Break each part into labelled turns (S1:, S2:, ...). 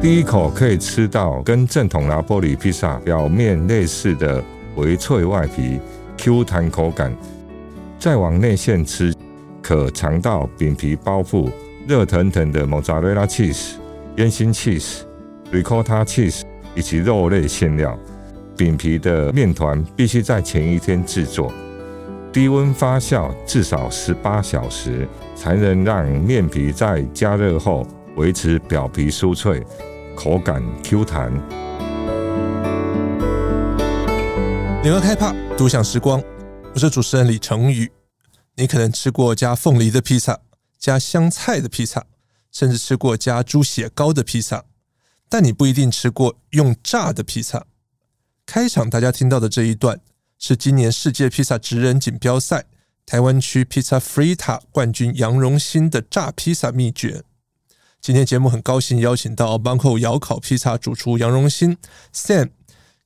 S1: 第一口可以吃到跟正统拿坡里披萨表面类似的微脆外皮、Q 弹口感，再往内馅吃，可尝到饼皮包覆热腾腾的 mozzarella cheese、烟熏 cheese、ricotta cheese 以及肉类馅料。饼皮的面团必须在前一天制作，低温发酵至少十八小时，才能让面皮在加热后维持表皮酥脆、口感 Q 弹。
S2: 联合开帕独享时光，我是主持人李成宇。你可能吃过加凤梨的披萨，加香菜的披萨，甚至吃过加猪血糕的披萨，但你不一定吃过用炸的披萨。开场大家听到的这一段是今年世界披萨职人锦标赛台湾区披萨 Frita 冠军杨荣兴的炸披萨秘诀。今天节目很高兴邀请到 Banco 窑烤披萨主厨杨荣兴 Sam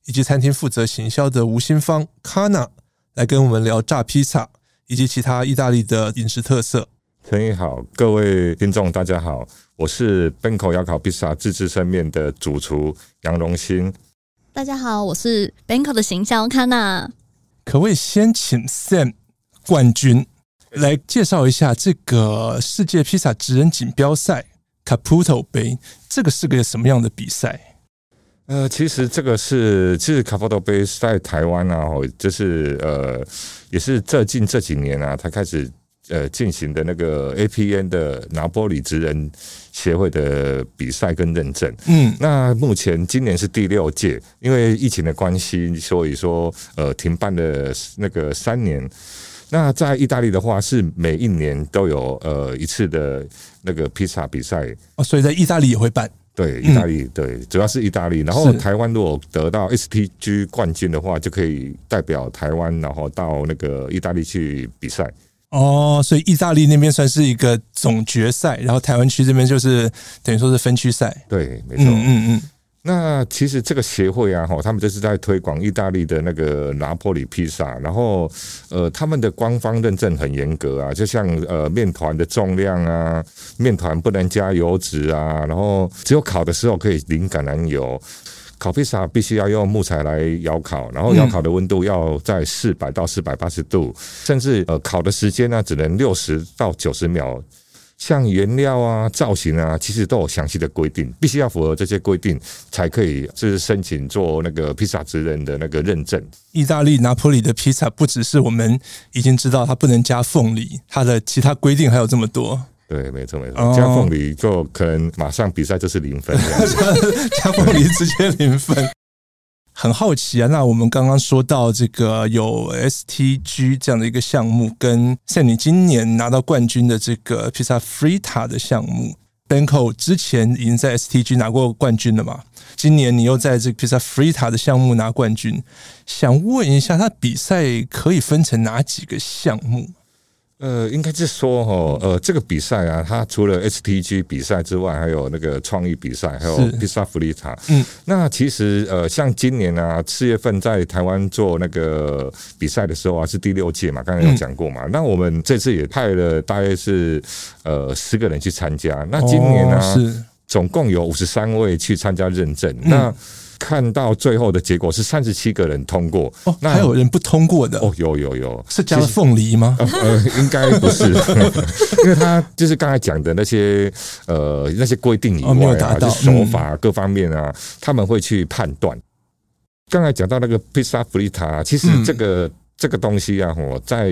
S2: 以及餐厅负责行销的吴新芳 Kana 来跟我们聊炸披萨以及其他意大利的饮食特色。
S1: 陈毅好，各位听众大家好，我是 Benko 窑烤披萨自制生面的主厨杨荣兴。
S3: 大家好，我是 Banco 的行销康娜。
S2: 可不可以先请 Sam 冠军来介绍一下这个世界披萨职人锦标赛 Caputo 杯，这个是个什么样的比赛？
S1: 呃，其实这个是，其实卡波多杯是在台湾啊，哦就是呃，也是这近这几年啊，才开始呃进行的那个 APN 的拿波里职人协会的比赛跟认证。
S2: 嗯，
S1: 那目前今年是第六届，因为疫情的关系，所以说呃停办了那个三年。那在意大利的话，是每一年都有呃一次的那个披萨比赛，
S2: 哦，所以在意大利也会办。
S1: 对，意大利、对，主要是意大利。然后
S2: 是
S1: 台湾如果得到 STG 冠军的话，就可以代表台湾，然后到那个意大利去比赛。
S2: 哦，所以意大利那边算是一个总决赛，然后台湾区这边就是等于说是分区赛。
S1: 对，没错。
S2: 嗯嗯嗯，
S1: 那其实这个协会啊，哈，他们就是在推广意大利的那个拿破里披萨，然后呃，他们的官方认证很严格啊，就像呃面团的重量啊，面团不能加油脂啊，然后只有烤的时候可以淋橄榄油。烤披萨必须要用木材来窑烤，然后窑烤的温度要在四百到四百八十度，甚至呃烤的时间呢、只能六十到九十秒。像原料啊、造型啊，其实都有详细的规定，必须要符合这些规定，才可以就是申请做那个披萨职人的那个认证。
S2: 意大利拿坡里的披萨不只是我们已经知道它不能加凤梨，它的其他规定还有这么多，
S1: 对，没错没错
S2: 哦，
S1: 加凤梨就可能马上比赛就是零分这样子。
S2: 加凤梨直接零分。 很好奇啊，那我们刚刚说到这个有 STG 这样的一个项目，跟像你今年拿到冠军的这个披萨 Frita 的项目，Benko 之前已经在 STG 拿过冠军了嘛？今年你又在这个披萨 Frita 的项目拿冠军，想问一下，它比赛可以分成哪几个项目？
S1: 呃，应该是说哦，呃，这个比赛啊，它除了 STG 比赛之外，还有那个创意比赛，还有
S2: 是
S1: 披萨弗里塔。
S2: 嗯，
S1: 那其实呃，像今年啊，四月份在台湾做那个比赛的时候啊，是第六届嘛，刚才有讲过
S2: 嗯
S1: 嘛。那我们这次也派了大约是呃十个人去参加。那今年啊呢、
S2: 哦是嗯
S1: 总共有五十三位去参加认证。那看到最后的结果是三十七个人通过。
S2: 哦，
S1: 那
S2: 还有人不通过的，
S1: 哦，有有有，
S2: 是加了凤梨 吗？
S1: 呃，应该不 是，因为他就是刚才讲的那些呃那些规定以
S2: 哦没有
S1: 外
S2: 达
S1: 啊，
S2: 到嗯
S1: 就手法各方面啊，他们会去判断。刚才讲到那个披萨弗里塔，其实
S2: 嗯
S1: 这个、这个东西啊，我在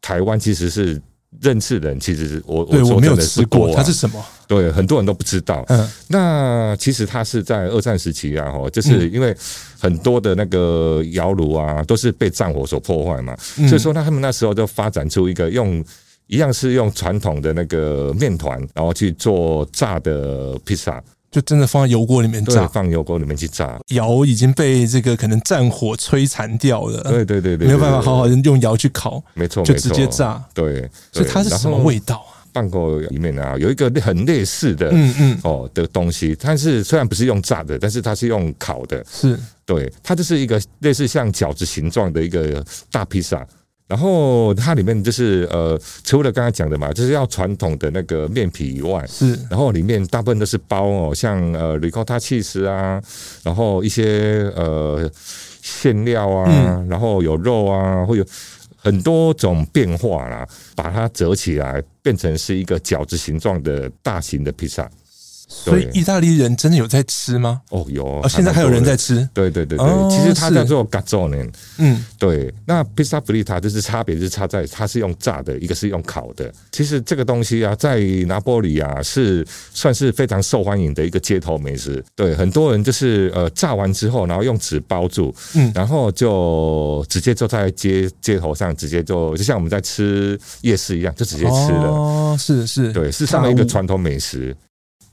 S1: 台湾其实是认识人，其实我
S2: 对我
S1: 说
S2: 没有
S1: 真的
S2: 吃
S1: 不多啊
S2: 过，它是什么？
S1: 对很多人都不知道。
S2: 嗯，
S1: 那其实它是在二战时期啊，吼，就是
S2: 嗯
S1: 因为很多的那个窑炉啊，都是被战火所破坏嘛，
S2: 嗯
S1: 所以说呢，他们那时候就发展出一个用。一样是用传统的那个面团，然后去做炸的披萨，
S2: 就真的放在油锅里面
S1: 对，
S2: 炸。
S1: 放油锅里面去炸。
S2: 窑已经被这个可能战火摧残掉了，
S1: 对对对对，
S2: 嗯没有办法
S1: 对
S2: 好好，用窑去烤，
S1: 对没错，
S2: 就
S1: 没
S2: 直
S1: 错
S2: 接。炸。
S1: 对，
S2: 所
S1: 对
S2: 以它是什么？味道啊？
S1: 然后半口里面啊，有一个很类似的、
S2: 嗯嗯，
S1: 哦的东西，但是虽然不是用炸的，但是它是用烤的。
S2: 是
S1: 对，它就是一个类似像饺子形状的一个大披萨，然后它里面就是呃，除了刚刚讲的嘛，就是要传统的那个面皮以外，
S2: 是
S1: 然后里面大部分都是包哦，像呃 ricotta cheese 啊，然后一些呃馅料啊，
S2: 嗯
S1: 然后有肉啊，会有很多种变化啦，把它折起来变成是一个饺子形状的大型的披萨。
S2: 所以意大利人真的有在吃吗？
S1: 哦，有，
S2: 哦，现在还有人在
S1: 吃。
S2: 吃。
S1: 对对对对，
S2: 哦
S1: 其实它
S2: 是
S1: 叫做 g a z o n
S2: 嗯，
S1: 对，那披萨弗利塔就是差别是差在它是用炸的，一个是用烤的。其实这个东西啊，在拿波里啊是算是非常受欢迎的一个街头美食。对，很多人就是呃炸完之后，然后用纸包住，
S2: 嗯
S1: 然后就直接就在街街头上直接就就像我们在吃夜市一样，就直接吃了。
S2: 哦，是是。
S1: 对，是上了一个传统美食。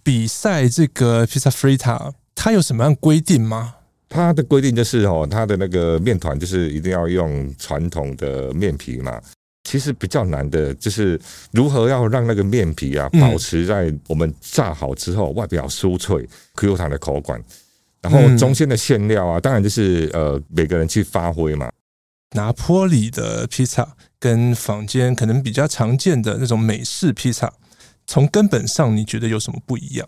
S2: 比赛这个 pizza fritta，它有什么样规定吗？
S1: 它的规定就是哦，它的那个面团就是一定要用传统的面皮嘛。其实比较难的就是如何要让那个面皮啊
S2: 嗯
S1: 保持在我们炸好之后外表酥脆、Q 弹的口感，然后
S2: 嗯
S1: 中间的馅料啊，当然就是呃每个人去发挥嘛。
S2: 拿坡里的披萨跟坊间可能比较常见的那种美式披萨，从根本上你觉得有什么不一样？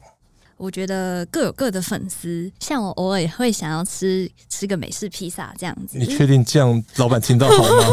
S3: 我觉得各有各的粉丝，像我偶尔也会想要吃吃个美式披萨这样子。
S2: 你确定这样老板听到好 吗？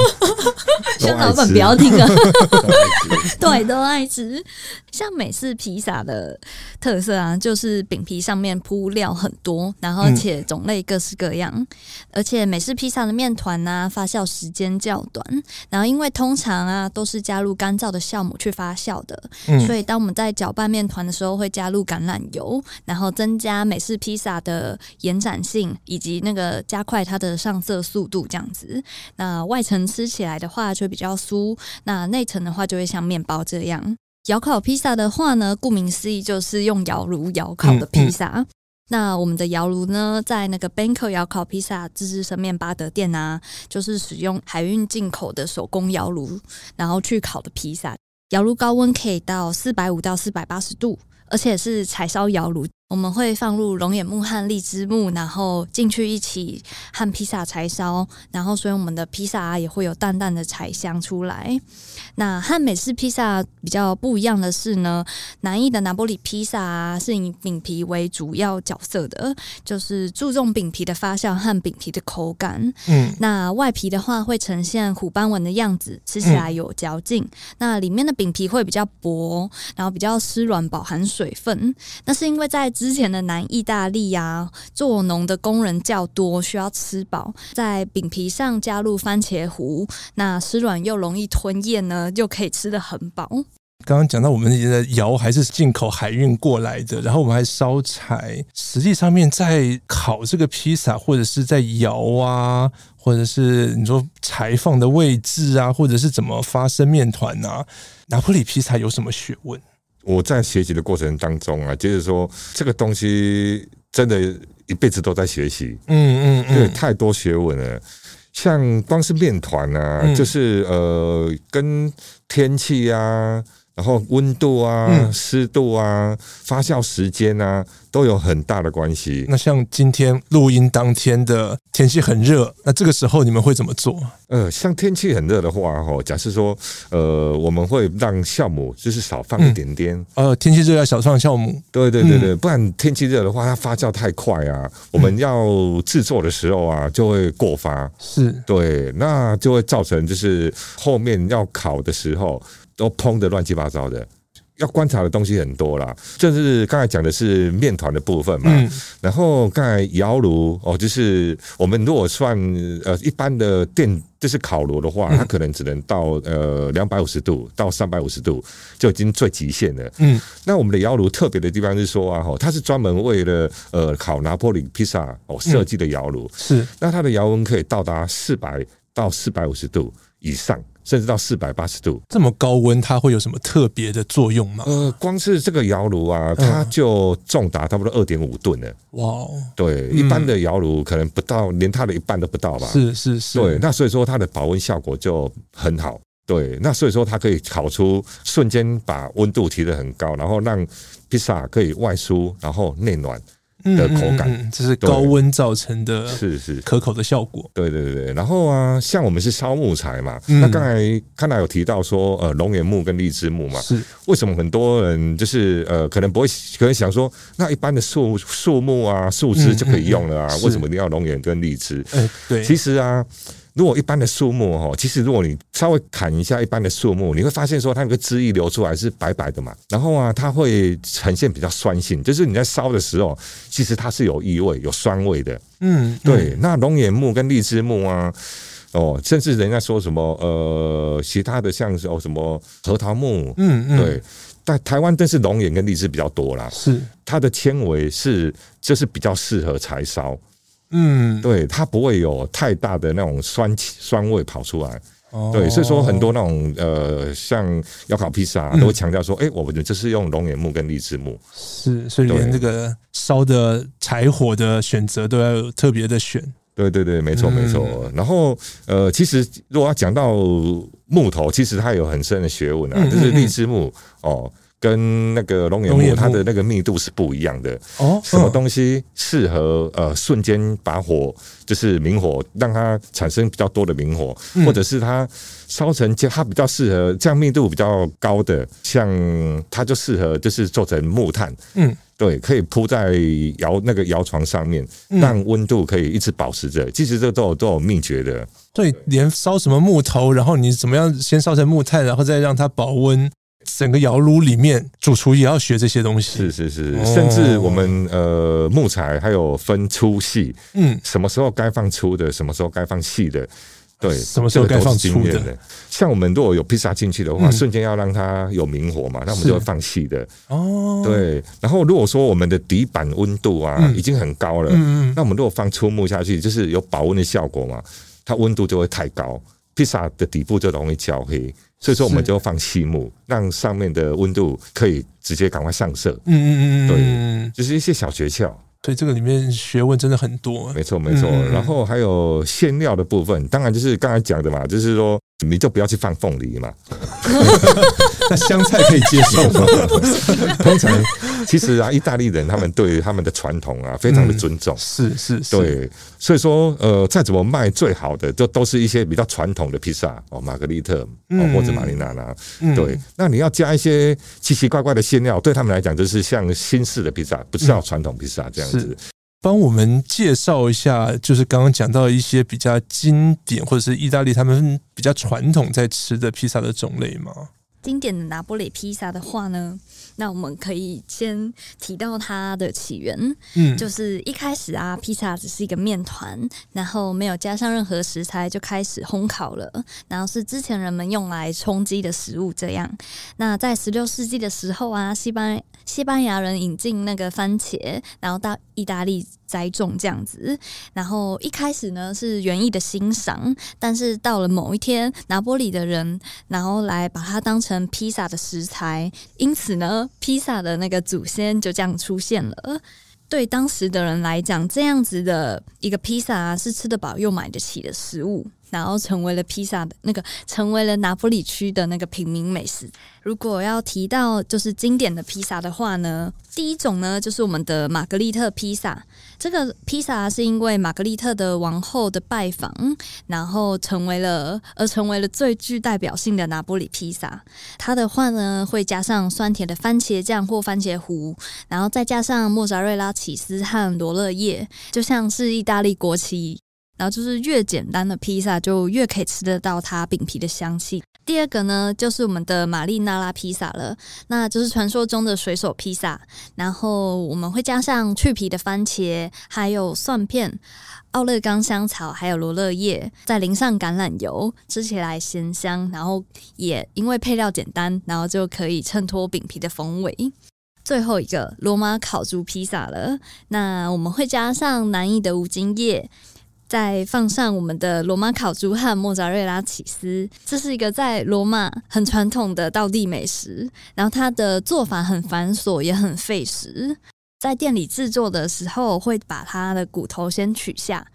S1: 都
S3: 像
S1: 爱
S3: 老板
S1: 吃
S3: 不要听 啊，
S1: 都爱吃
S3: 对，都爱吃。像美式披萨的特色啊，就是饼皮上面铺料很多，然后而
S2: 嗯
S3: 且种类各式各样，而且美式披萨的面团啊，发酵时间较短，然后因为通常啊都是加入干燥的酵母去发酵的，所
S2: 嗯，
S3: 以当我们在搅拌面团的时候，会加入橄榄油，然后增加美式披萨的延展性，以及那个加快它的上色速度这样子。那外层吃起来的话就比较酥，那内层的话就会像面包这样。窑烤披萨的话呢，顾名思义就是用窑炉窑烤的披萨。那我们的窑炉呢，在那个 Banco 窑烤披萨自治生面巴德店啊，就是使用海运进口的手工窑炉，然后去烤的披萨窑炉高温可以到四百五到四百八十度，而且是柴烧窑炉。我们会放入龙眼木和荔枝木，然后进去一起和披萨柴烧，然后所以我们的披萨啊也会有淡淡的柴香出来。那和美式披萨比较不一样的是呢，南意的拿波里披萨啊是以饼皮为主要角色的，就是注重饼皮的发酵和饼皮的口感。
S2: 嗯，
S3: 那外皮的话会呈现虎斑纹的样子，吃起来有嚼劲。那里面的饼皮会比较薄，然后比较湿软，饱含水分。那是因为在之前的南意大利啊，做农的工人较多，需要吃饱，在饼皮上加入番茄糊，那湿软又容易吞咽呢，就可以吃得很饱。
S2: 刚刚讲到我们的窑还是进口海运过来的，然后我们还烧柴，实际上面在烤这个披萨，或者是在窑啊，或者是你说柴放的位置啊，或者是怎么发生面团啊，拿破里披萨有什么学问？
S1: 我在学习的过程当中啊，就是说这个东西真的一辈子都在学习。
S2: 嗯嗯
S1: 因为
S2: 嗯，
S1: 太多学问了。像光是面团啊，
S2: 嗯
S1: 就是呃，跟天气啊，然后温度啊、
S2: 嗯
S1: 湿、度啊、发酵时间啊，都有很大的关系。
S2: 那像今天录音当天的天气很热，那这个时候你们会怎么做？
S1: 呃，像天气很热的话，哦，假设说，呃，我们会让酵母就是少放一点点，
S2: 呃，天气热要小放酵母，
S1: 对对对对，
S2: 嗯
S1: 不然天气热的话，它发酵太快啊，我们要制作的时候啊，就会过发。
S2: 是
S1: 对，那就会造成就是后面要烤的时候都烹的乱七八糟的。要观察的东西很多啦，就是刚才讲的是面团的部分嘛，
S2: 嗯
S1: 然后刚才窑炉哦，就是我们如果算呃一般的电就是烤炉的
S2: 嗯
S1: 话，它可能只能到呃两百五十度到三百五十度就已经最极限了。
S2: 嗯，
S1: 那我们的窑炉特别的地方是说啊，哦，它是专门为了呃烤拿破里披萨哦设计的窑炉，
S2: 是
S1: 那它的窑温可以到达四百到四百五十度以上，甚至到四百八十度。
S2: 这么高温，它会有什么特别的作用吗？
S1: 呃，光是这个窑炉啊，
S2: 嗯
S1: 它就重达差不多二点五吨了。
S2: 哇哦，
S1: 对，
S2: 嗯
S1: 一般的窑炉可能不到，连它的一半都不到吧。
S2: 是是是，
S1: 对，那所以说它的保温效果就很好。对，那所以说它可以烤出瞬间把温度提得很高，然后让披萨可以外酥，然后内暖，的口感。
S2: 嗯嗯嗯这是
S1: 对
S2: 高温造成的
S1: 是是，
S2: 可口的效果。
S1: 对对对，然后啊，像我们是烧木材嘛，
S2: 嗯
S1: 那刚才看到有提到说，呃，龙眼木跟荔枝木嘛，
S2: 是，
S1: 为什么很多人就是呃，可能不会，可能想说，那一般的树树木啊、树枝就可以用了啊，
S2: 嗯嗯嗯
S1: 为什么一定要龙眼跟荔枝？
S2: 哎，对，
S1: 其实啊，如果一般的树木哦，其实如果你稍微砍一下一般的树木，你会发现说它那个枝叶流出来是白白的嘛，然后啊，它会呈现比较酸性，就是你在烧的时候，其实它是有异味、有酸味的。
S2: 嗯，
S1: 对，那龙眼木跟荔枝木啊。哦，甚至人家说什么呃，其他的像是哦什么核桃木，
S2: 嗯，嗯，
S1: 对，但台湾真是龙眼跟荔枝比较多啦，
S2: 是，
S1: 它的纤维是就是比较适合柴烧，
S2: 嗯，
S1: 对，它不会有太大的那种酸气酸味跑出来，
S2: 哦
S1: 对，所以说很多那种呃，像要烤披萨
S2: 嗯
S1: 啊、都会强调说，哎、我们就是用龙眼木跟荔枝木，
S2: 是，所以
S1: 对
S2: 连这个烧的柴火的选择都要有特别的选。
S1: 对对对，没错
S2: 嗯
S1: 没错。然后呃，其实如果要讲到木头，其实它有很深的学问啊，
S2: 嗯
S1: 就是
S2: 嗯嗯
S1: 荔枝木哦。跟那个龙眼
S2: 龙眼
S1: 木，
S2: 木
S1: 它的那个密度是不一样的。
S2: 哦，
S1: 什么东西适合呃瞬间把火就是明火，让它产生比较多的明火，
S2: 嗯
S1: 或者是它烧成焦它比较适合这样密度比较高的，像它就适合就是做成木炭，
S2: 嗯，
S1: 对，可以铺在摇那个摇床上面，
S2: 嗯
S1: 让温度可以一直保持着。其实这都有都有秘诀的，
S2: 对，连烧什么木头，然后你怎么样先烧成木炭，然后再让它保温，整个窑炉里面，主厨也要学这些东西。
S1: 是是是，
S2: 哦
S1: 甚至我们呃木材还有分粗细，
S2: 嗯，
S1: 什么时候该放粗的，什么时候该放细的，对，
S2: 什么时候该放粗的
S1: 这个都是经验的。像我们如果有披萨进去的话，
S2: 嗯
S1: 瞬间要让它有明火嘛，那我们
S2: 是
S1: 就会放细的。
S2: 哦，，
S1: 对，然后如果说我们的底板温度啊、
S2: 嗯
S1: 已经很高了，
S2: 嗯嗯，
S1: 那我们如果放粗木下去，就是有保温的效果嘛，它温度就会太高，披萨的底部就容易焦黑。所以说，我们
S2: 是
S1: 就放细木，让上面的温度可以直接赶快上色，
S2: 嗯嗯嗯嗯，
S1: 就
S2: 对，
S1: 是一些小诀窍。
S2: 所以这个里面学问真的很多。
S1: 没错没错
S2: 嗯嗯嗯，
S1: 然后还有馅料的部分，当然就是刚才讲的嘛，就是说你就不要去放凤梨 嘛。
S2: 那香菜可以接受吗？
S1: 通常其实啊，意大利人他们对他们的传统啊非常的尊重，
S2: 是是是，，
S1: 对，所以说呃，再怎么卖最好的，就都是一些比较传统的披萨哦，玛格丽特哦
S2: 嗯
S1: 或者玛丽娜娜。
S2: 嗯
S1: 对，那你要加一些奇奇怪怪的馅料，对他们来讲就是像新式的披萨，不是要传统披萨这样
S2: 是
S1: 子。
S2: 帮我们介绍一下，就是刚刚讲到一些比较经典或者是意大利他们比较传统在吃的披萨的种类吗？
S3: 经典的拿波里披萨的话呢，那我们可以先提到它的起源，
S2: 嗯，
S3: 就是一开始啊，披萨只是一个面团，然后没有加上任何食材就开始烘烤了，然后是之前人们用来充饥的食物这样。那在十六世纪的时候啊，西班西班牙人引进那个番茄，然后到意大利栽种这样子。然后一开始呢是园艺的欣赏，但是到了某一天，拿波里的人然后来把它当成披萨的食材，因此呢，披萨的那个祖先就这样出现了。对当时的人来讲，这样子的一个披萨、啊、是吃得饱又买得起的食物，然后成为了披萨的那个，成为了拿坡里区的那个平民美食。如果要提到就是经典的披萨的话呢，第一种呢就是我们的玛格丽特披萨。这个披萨啊是因为玛格丽特的王后的拜访，然后成为了而成为了最具代表性的拿坡里披萨。它的话呢会加上酸甜的番茄酱或番茄糊，然后再加上莫扎瑞拉起司和罗勒叶，就像是意大利国旗。然后就是越简单的披萨，就越可以吃得到它饼皮的香气。第二个呢，就是我们的玛丽娜拉披萨了，那就是传说中的水手披萨。然后我们会加上去皮的番茄，还有蒜片、奥勒冈香草，还有罗勒叶，再淋上橄榄油，吃起来咸香。然后也因为配料简单，然后就可以衬托饼皮的风味。最后一个罗马烤猪披萨了，那我们会加上南意的无精叶，再放上我们的罗马烤猪和莫扎瑞拉起司，这是一个在罗马很传统的道地美食，然后它的做法很繁琐，也很费时。在店里制作的时候，会把它的骨头先取下，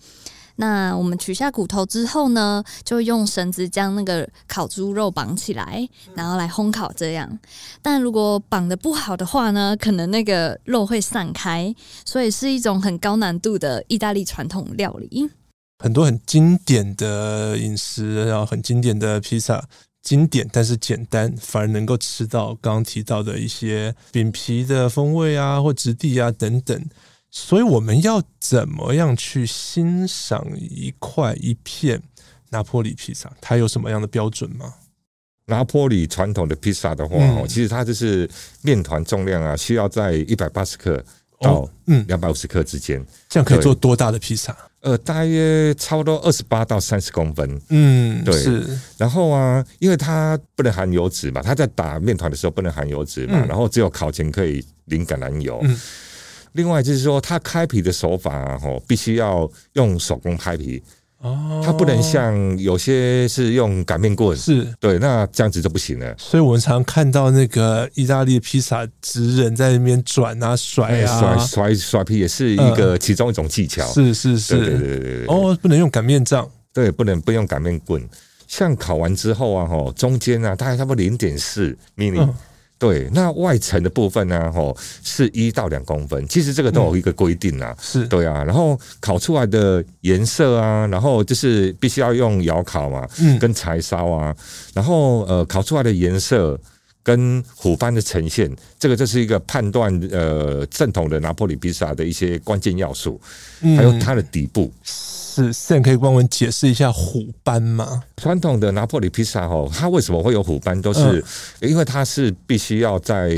S3: 那我们取下骨头之后呢，就用绳子将那个烤猪肉绑起来，然后来烘烤这样。但如果绑的不好的话呢，可能那个肉会散开，所以是一种很高难度的意大利传统料理。
S2: 很多很经典的饮食，然后很经典的披萨，经典但是简单，反而能够吃到刚刚提到的一些饼皮的风味啊，或质地啊等等。所以我们要怎么样去欣赏一块一片拿破里披萨？它有什么样的标准吗？
S1: 拿坡里传统的披萨的话，哦、
S2: 嗯
S1: 其实它就是面团重量啊，需要在一百八十克到
S2: 哦，嗯，
S1: 两百五十克之间，
S2: 这样可以
S1: 对
S2: 做多大的披萨？
S1: 呃，大约差不多二十八到三十公分。
S2: 嗯，
S1: 对
S2: 是，
S1: 然后啊，因为它不能含油脂嘛，它在打面团的时候不能含油脂嘛，
S2: 嗯
S1: 然后只有烤前可以淋橄榄油。
S2: 嗯
S1: 另外就是说，它开皮的手法啊吼、必须要用手工开皮，
S2: 哦，
S1: 它不能像有些是用擀面棍，
S2: 是。
S1: 对，那这样子就不行了。
S2: 所以我们常看到那个意大利披萨职人在那边转啊甩啊，
S1: 哎甩甩甩皮也是一个其中一种技巧。
S2: 嗯是是是，
S1: 对对对对对。
S2: 哦，不能用擀面杖，
S1: 对，不能不用擀面棍。像烤完之后啊，吼，中间啊，大概差不多零点四 m i
S2: 嗯
S1: 对，那外层的部分呢、吼，是一到两公分。其实这个都有一个规定啊，
S2: 是
S1: 对啊。然后烤出来的颜色啊，然后就是必须要用窑烤嘛，
S2: 嗯
S1: 跟柴烧啊，然后呃，烤出来的颜色。跟虎斑的呈现，这个就是一个判断呃正统的拿破里披萨的一些关键要素，还有
S2: 嗯
S1: 它的底部。
S2: 是 Sam 可以帮我们解释一下虎斑吗？
S1: 传统的拿破里披萨哦，它为什么会有虎斑？都是、
S2: 嗯
S1: 因为它是必须要在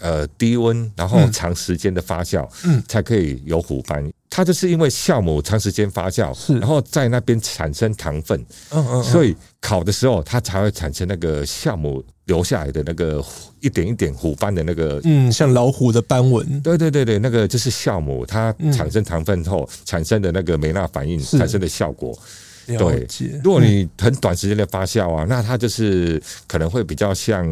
S1: 呃低温，然后
S2: 嗯
S1: 长时间的发酵，
S2: 嗯
S1: 才可以有虎斑。它就是因为酵母长时间发酵
S2: 是，
S1: 然后在那边产生糖分，
S2: 嗯嗯，
S1: 所
S2: 以
S1: 以烤的时候它才会产生那个酵母留下来的那个虎一点一点虎斑的那个。
S2: 嗯，像老虎的斑纹，
S1: 对对对对，那个就是酵母它
S2: 嗯
S1: 产生糖分后产生的那个梅纳反应
S2: 是
S1: 产生的效果。
S2: 了
S1: 对
S2: 解。
S1: 如果你很短时间的发酵啊，那它就是可能会比较像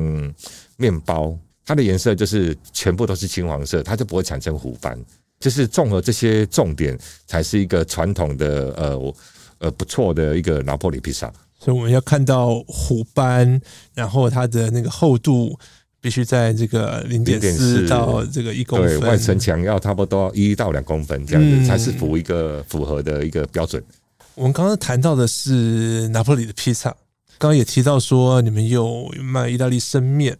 S1: 面包，它的颜色就是全部都是金黄色，它就不会产生虎斑。就是综合这些重点，才是一个传统的呃我呃不错的一个拿破里披萨。
S2: 所以我们要看到虎斑，然后它的那个厚度必须在这个零点四
S1: 0.4
S2: 到这个一公
S1: 对
S2: 分，
S1: 外层墙要差不多一到两公分这样子，
S2: 嗯
S1: 才是符一个符合的一个标准。
S2: 我们刚刚谈到的是拿破里的披萨，刚刚也提到说你们有卖意大利生面，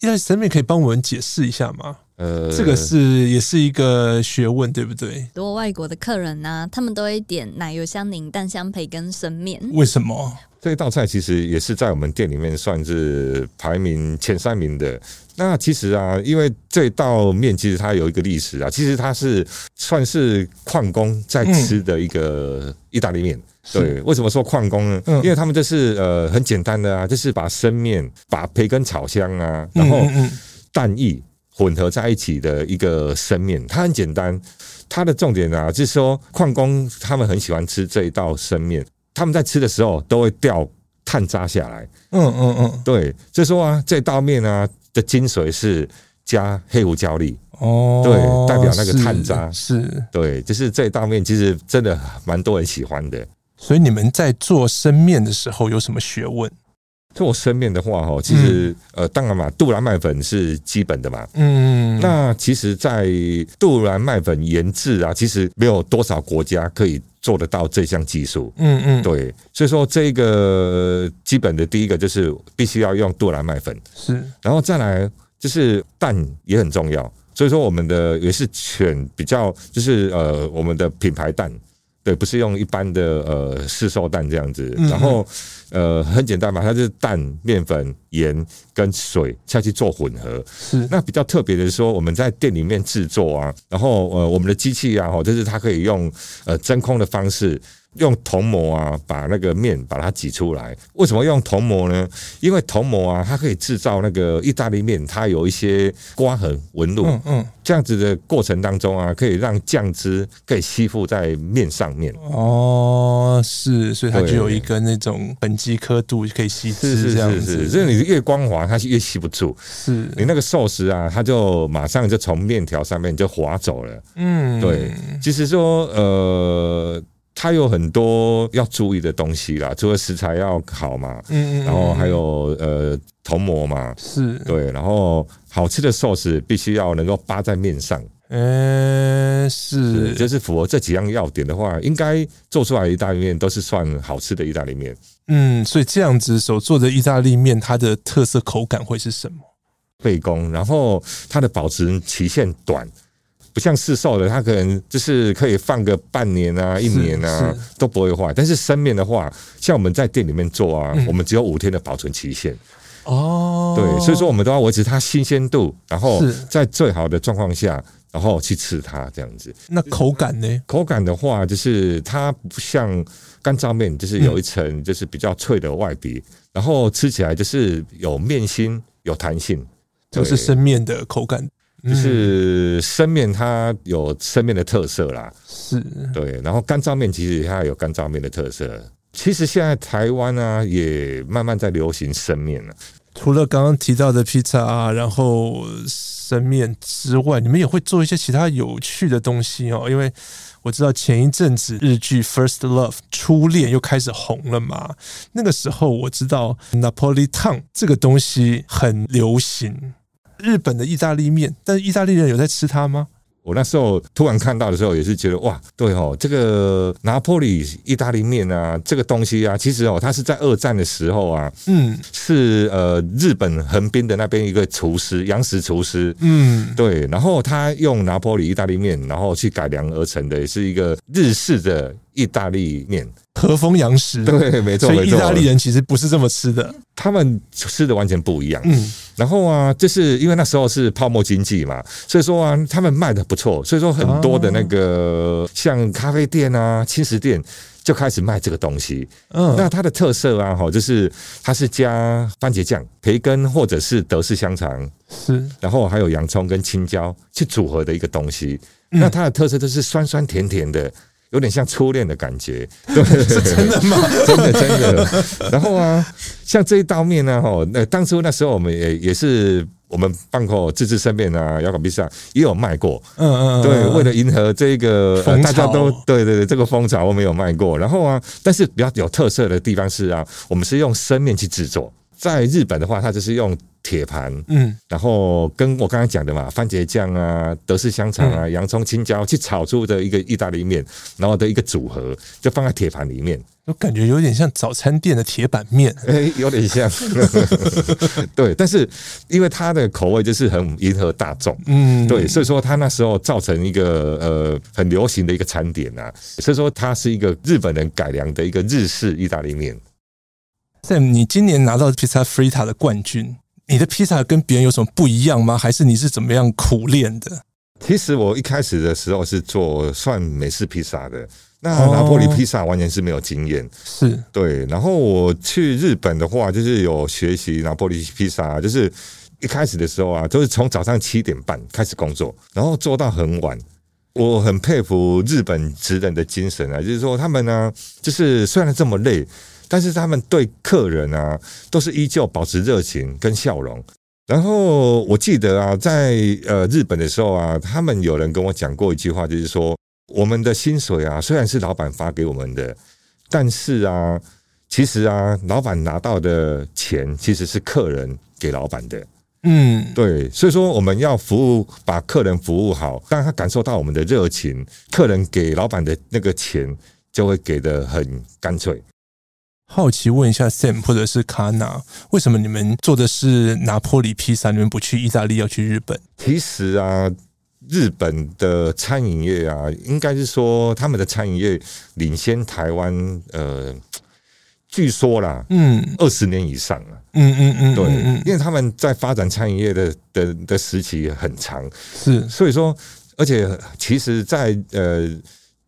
S2: 意大利生面可以帮我们解释一下吗？
S1: 呃，
S2: 这个是也是一个学问，对不对？
S3: 很多外国的客人呢、他们都会点奶油香凝蛋香培根生面。
S2: 为什么？
S1: 这一道菜其实也是在我们店里面算是排名前三名的。那其实啊，因为这道面其实它有一个历史啊，其实它是算是矿工在吃的一个意大利面。对，为什么说矿工呢？
S2: 嗯
S1: 因为他们就是呃很简单的啊，就是把生面、把培根炒香啊，然后
S2: 嗯嗯
S1: 蛋液混合在一起的一个生面，它很简单。它的重点啊，就是说矿工他们很喜欢吃这一道生面，他们在吃的时候都会掉碳渣下来。
S2: 嗯嗯嗯，
S1: 对，所以说啊，这道面啊的精髓是加黑胡椒粒。
S2: 哦，
S1: 对代表那个探渣
S2: 是是
S1: 对，就是这道面其实真的蛮多人喜欢的。
S2: 所以你们在做生面的时候有什么学问？
S1: 做生面的话，哈，其实、呃，当然嘛，杜兰麦粉是基本的嘛，
S2: 嗯，
S1: 那其实，在杜兰麦粉研制啊，其实没有多少国家可以做得到这项技术。
S2: 嗯嗯，
S1: 对，所以说这个基本的第一个就是必须要用杜兰麦粉，
S2: 是
S1: 然后再来就是蛋也很重要。所以说我们的也是选比较就是呃我们的品牌蛋，对，不是用一般的呃市售蛋这样子。
S2: 嗯
S1: 然后呃很简单嘛，它就是蛋、面粉、盐跟水下去做混合，
S2: 是，
S1: 那比较特别的是说，我们在店里面制作啊，然后呃，我们的机器啊，哦，就是它可以用呃真空的方式，用铜模啊，把那个面把它挤出来。为什么用铜模呢？因为铜模啊，它可以制造那个意大利面，它有一些刮痕纹路，
S2: 嗯嗯，
S1: 这样子的过程当中啊，可以让酱汁可以吸附在面上面。
S2: 哦，是，所以它就
S1: 对
S2: 有一个那种本基刻度可以吸
S1: 是
S2: 汁
S1: 是
S2: 这样
S1: 是
S2: 子，
S1: 是，就是你越光滑，它越吸不住。你
S2: 是，
S1: 那个寿司啊，它就马上就从面条上面就滑走了。
S2: 嗯，
S1: 对，其实说呃，它有很多要注意的东西啦，除了食材要好嘛，
S2: 嗯嗯，
S1: 然后还
S2: 嗯
S1: 有呃铜模嘛，
S2: 是，
S1: 对，然后好吃的寿司必须要能够扒在面上，
S2: 嗯是，
S1: 就是符合这几样要点的话，应该做出来的意大利面都是算好吃的意大利面。
S2: 嗯，所以这样子手做的意大利面，它的特色口感会是什么？
S1: 背功，然后它的保质期限短，不像市售的，它可能就是可以放个半年啊、一年啊
S2: 是
S1: 都不会坏。但是生面的话，像我们在店里面做啊，
S2: 嗯
S1: 我们只有五天的保存期限，
S2: 哦，
S1: 对，所以说我们都要维持它新鲜度，然后
S2: 是
S1: 在最好的状况下，然后去吃它这样子。
S2: 那口感呢？
S1: 口感的话，就是它不像干燥面，就是有一层就是比较脆的外皮，然后吃起来就是有面心、有弹性，
S2: 就
S1: 对
S2: 是生面的口感，
S1: 就
S2: 嗯
S1: 是生面它有生面的特色啦，
S2: 是，
S1: 对，然后干燥面其实它有干燥面的特色。其实现在台湾啊，也慢慢在流行生面了。
S2: 除了刚刚提到的披萨啊，然后生面之外，你们也会做一些其他有趣的东西哦。因为我知道前一阵子日剧《First Love》初恋又开始红了嘛，那个时候我知道 Napoli Town 这个东西很流行，日本的意大利面，但是意大利人有在吃它吗？
S1: 我那时候突然看到的时候，也是觉得哇，对哦，这个拿破里意大利面啊，这个东西啊，其实哦，它是在二战的时候啊，
S2: 嗯
S1: 是呃日本横滨的那边一个厨师，洋食厨师。
S2: 嗯，
S1: 对，然后他用拿破里意大利面，然后去改良而成的，也是一个日式的意大利面。
S2: 和风洋食。
S1: 对，没错，
S2: 所
S1: 没
S2: 以意
S1: 错。
S2: 大利人其实不是这么吃的，
S1: 他们吃的完全不一样。
S2: 嗯，
S1: 然后啊，就是因为那时候是泡沫经济嘛，所以说啊，他们卖的不错，所以说很多的那个、像咖啡店啊、轻食店。就开始卖这个东西，
S2: 嗯，
S1: 那它的特色啊，哈，就是它是加番茄酱、培根或者是德式香肠，
S2: 是
S1: 然后还有洋葱跟青椒去组合的一个东西。
S2: 嗯
S1: 那它的特色就是酸酸甜甜的，有点像初恋的感 觉，对，
S2: 真的吗？
S1: 真的真的。然后啊，像这一道面呢，哈，那当初那时候我们也也是我们办口自制生面啊，摇滚比赛也有卖过。
S2: 嗯嗯，嗯
S1: 对，为了迎合这个、呃
S2: 风
S1: 大家
S2: 潮
S1: 都对对对这个风潮，我们有卖过。然后啊，但是比较有特色的地方是啊，我们是用生面去制作。在日本的话，它就是用铁盘，
S2: 嗯
S1: 然后跟我刚才讲的嘛，番茄酱啊、德式香肠
S2: 嗯
S1: 啊、洋葱、青椒去炒出的一个意大利面，然后的一个组合，就放在铁盘里面。
S2: 我感觉有点像早餐店的铁板面。
S1: 哎、 有点像，对，但是因为它的口味就是很迎合大众，
S2: 嗯，
S1: 对，所以说它那时候造成一个呃很流行的一个餐点啊，所以说它是一个日本人改良的一个日式意大利面。
S2: Sam，你今年拿到披萨 Frita 的冠军，你的披萨跟别人有什么不一样吗？还是你是怎么样苦练的？
S1: 其实我一开始的时候是做算美式披萨的，那
S2: 哦
S1: 拿破里披萨完全是没有经验，
S2: 是，
S1: 对，然后我去日本的话，就是有学习拿破里披萨，啊就是一开始的时候啊，都是从早上七点半开始工作，然后做到很晚。我很佩服日本职人的精神啊，就是说他们呢、就是虽然这么累，但是他们对客人啊，都是依旧保持热情跟笑容。然后我记得啊，在呃日本的时候啊，他们有人跟我讲过一句话，就是说我们的薪水啊，虽然是老板发给我们的，但是啊，其实啊，老板拿到的钱其实是客人给老板的，
S2: 嗯，
S1: 对，所以说我们要服务，把客人服务好，让他感受到我们的热情，客人给老板的那个钱就会给的很干脆。
S2: 好奇问一下 Sam 或者是卡纳，为什么你们做的是拿坡里披萨，你们不去意大利，要去日本？
S1: 其实啊，日本的餐饮业啊，应该是说他们的餐饮业领先台湾，呃，据说啦，
S2: 嗯
S1: 二十年以上了、
S2: 嗯嗯嗯，
S1: 对
S2: 嗯，
S1: 因为他们在发展餐饮业的的的时期很长，
S2: 是
S1: 所以说，而且其实在，呃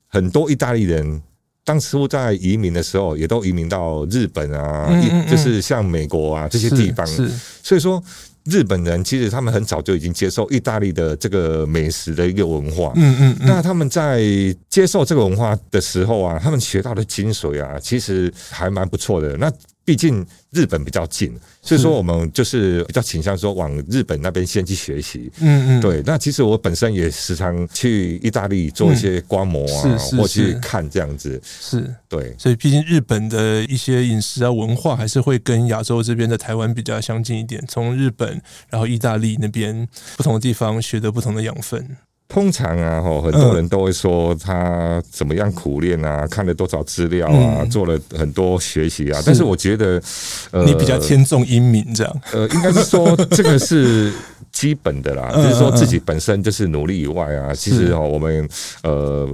S1: 很多意大利人当初在移民的时候，也都移民到日本啊，
S2: 嗯
S1: 一
S2: 嗯嗯
S1: 就是像美国啊这些
S2: 是
S1: 地方。
S2: 是
S1: 所以说，日本人其实他们很早就已经接受意大利的这个美食的一个文化。
S2: 嗯嗯嗯，
S1: 那他们在接受这个文化的时候啊，他们学到的精髓啊，其实还蛮不错的。那毕竟日本比较近，所以说我们就是比较倾向说往日本那边先去学习。
S2: 嗯嗯，，
S1: 对，那其实我本身也时常去意大利做一些观摩啊，
S2: 嗯是是
S1: 或去
S2: 是
S1: 看这样子。
S2: 是。
S1: 对，
S2: 所以，毕竟日本的一些饮食啊、文化还是会跟亚洲这边的台湾比较相近一点。从日本，然后意大利那边不同的地方学得不同的养分。
S1: 通常啊，吼，很多人都会说他怎么样苦练啊，看了多少资料啊，
S2: 嗯
S1: 做了很多学习啊。
S2: 是
S1: 但是我觉得，呃，
S2: 你比较天纵英明，这样
S1: 呃，应该是 说这个是基本的啦，
S2: 嗯
S1: 就是说自己本身就是努力以外啊，其实哦，我们呃。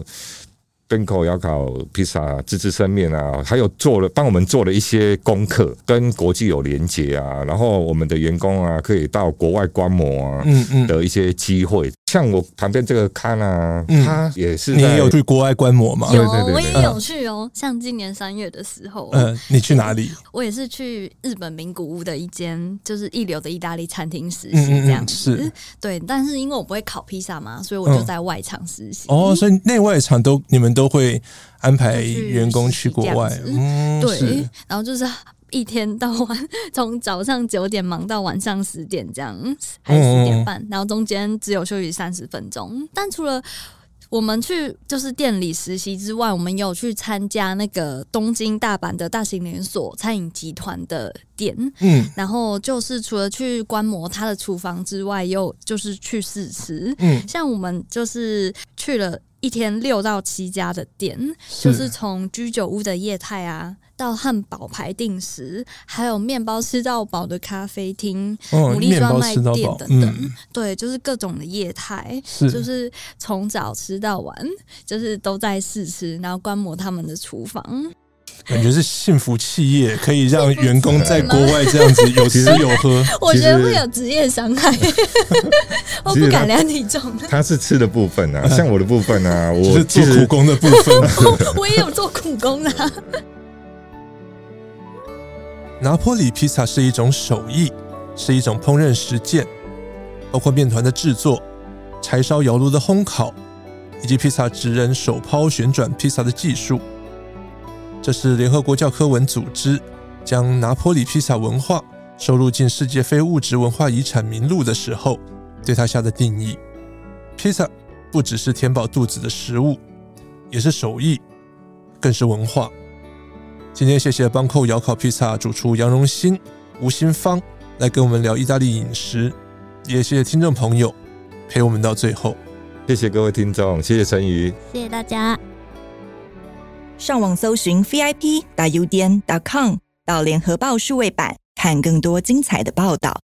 S1: Ben 要烤披萨、自制生面啊，还有做了帮我们做了一些功课，跟国际有连接啊，然后我们的员工啊可以到国外观摩啊，
S2: 嗯嗯，
S1: 的一些机会。像我旁边这个康啊，
S2: 嗯
S1: 他也是
S2: 你
S1: 在
S2: 也有去国外观摩吗？
S1: 对
S3: 有，
S1: 对对
S3: 我
S1: 对
S3: 也有去哦。像今年三月的时候，
S2: 呃，你去哪里？
S3: 我也是去日本名古屋的一间就是一流的意大利餐厅实习
S2: 嗯嗯
S3: 这样
S2: 嗯，
S3: 子。
S2: 是
S3: 对，但是因为我不会烤披萨嘛，所以我
S2: 嗯
S3: 就在外场实习。
S2: 哦，所以内外场都你们都会安排员工去国外
S3: 就，是这样子
S2: 嗯，
S3: 对
S2: 是，
S3: 然后就是 一天到晚，从早上九点忙到晚上十点这样，还是十点半，然后中间只有休息三十分钟。但除了我们去就是店里实习之外，我们也有去参加那个东京、大阪的大型连锁餐饮集团的店，
S2: 嗯
S3: 然后就是除了去观摩它的厨房之外，也有就是去试吃。
S2: 嗯，
S3: 像我们就是去了一天六到七家的店，就是从居酒屋的业态啊，到汉堡排定时，还有面包吃到饱的咖啡厅，
S2: 哦，
S3: 牡蛎
S2: 面
S3: 专
S2: 包
S3: 卖
S2: 吃到
S3: 店
S2: 饱，
S3: 等等
S2: 嗯，
S3: 对，就是各种的业态。
S2: 是
S3: 就是从早吃到晚，就是都在试吃，然后观摩他们的厨房。
S2: 感觉是幸福企业，可以让
S3: 幸福
S2: 员工在国外这样 子有吃有喝，
S3: 我觉
S1: 其
S3: 得
S1: 实
S3: 会有职业伤 害，我不敢量体重，
S1: 他是吃的部分啊，像我的部分啊，
S2: 嗯就
S1: 我
S2: 是
S1: 其
S2: 做苦
S1: 实
S2: 工的部分。
S3: 我也有做苦工的啊、
S2: 拿坡里披萨是一种手艺，是一种烹饪实践，包括面团的制作、柴烧窑炉的烘烤，以及披萨职人手抛旋转披萨的技术。这是联合国教科文组织将拿坡里披萨文化收录进世界非物质文化遗产名录的时候，对它下的定义。披萨不只是填饱肚子的食物，也是手艺，更是文化。今天谢谢邦扣窑烤披萨主厨杨荣新、吴新芳来跟我们聊意大利饮食，也谢谢听众朋友陪我们到最后。
S1: 谢谢各位听众，谢谢陈怡。
S3: 谢谢大家。
S4: 上网搜寻 VIP 大 U 点 .com 到联合报数位版，看更多精彩的报道。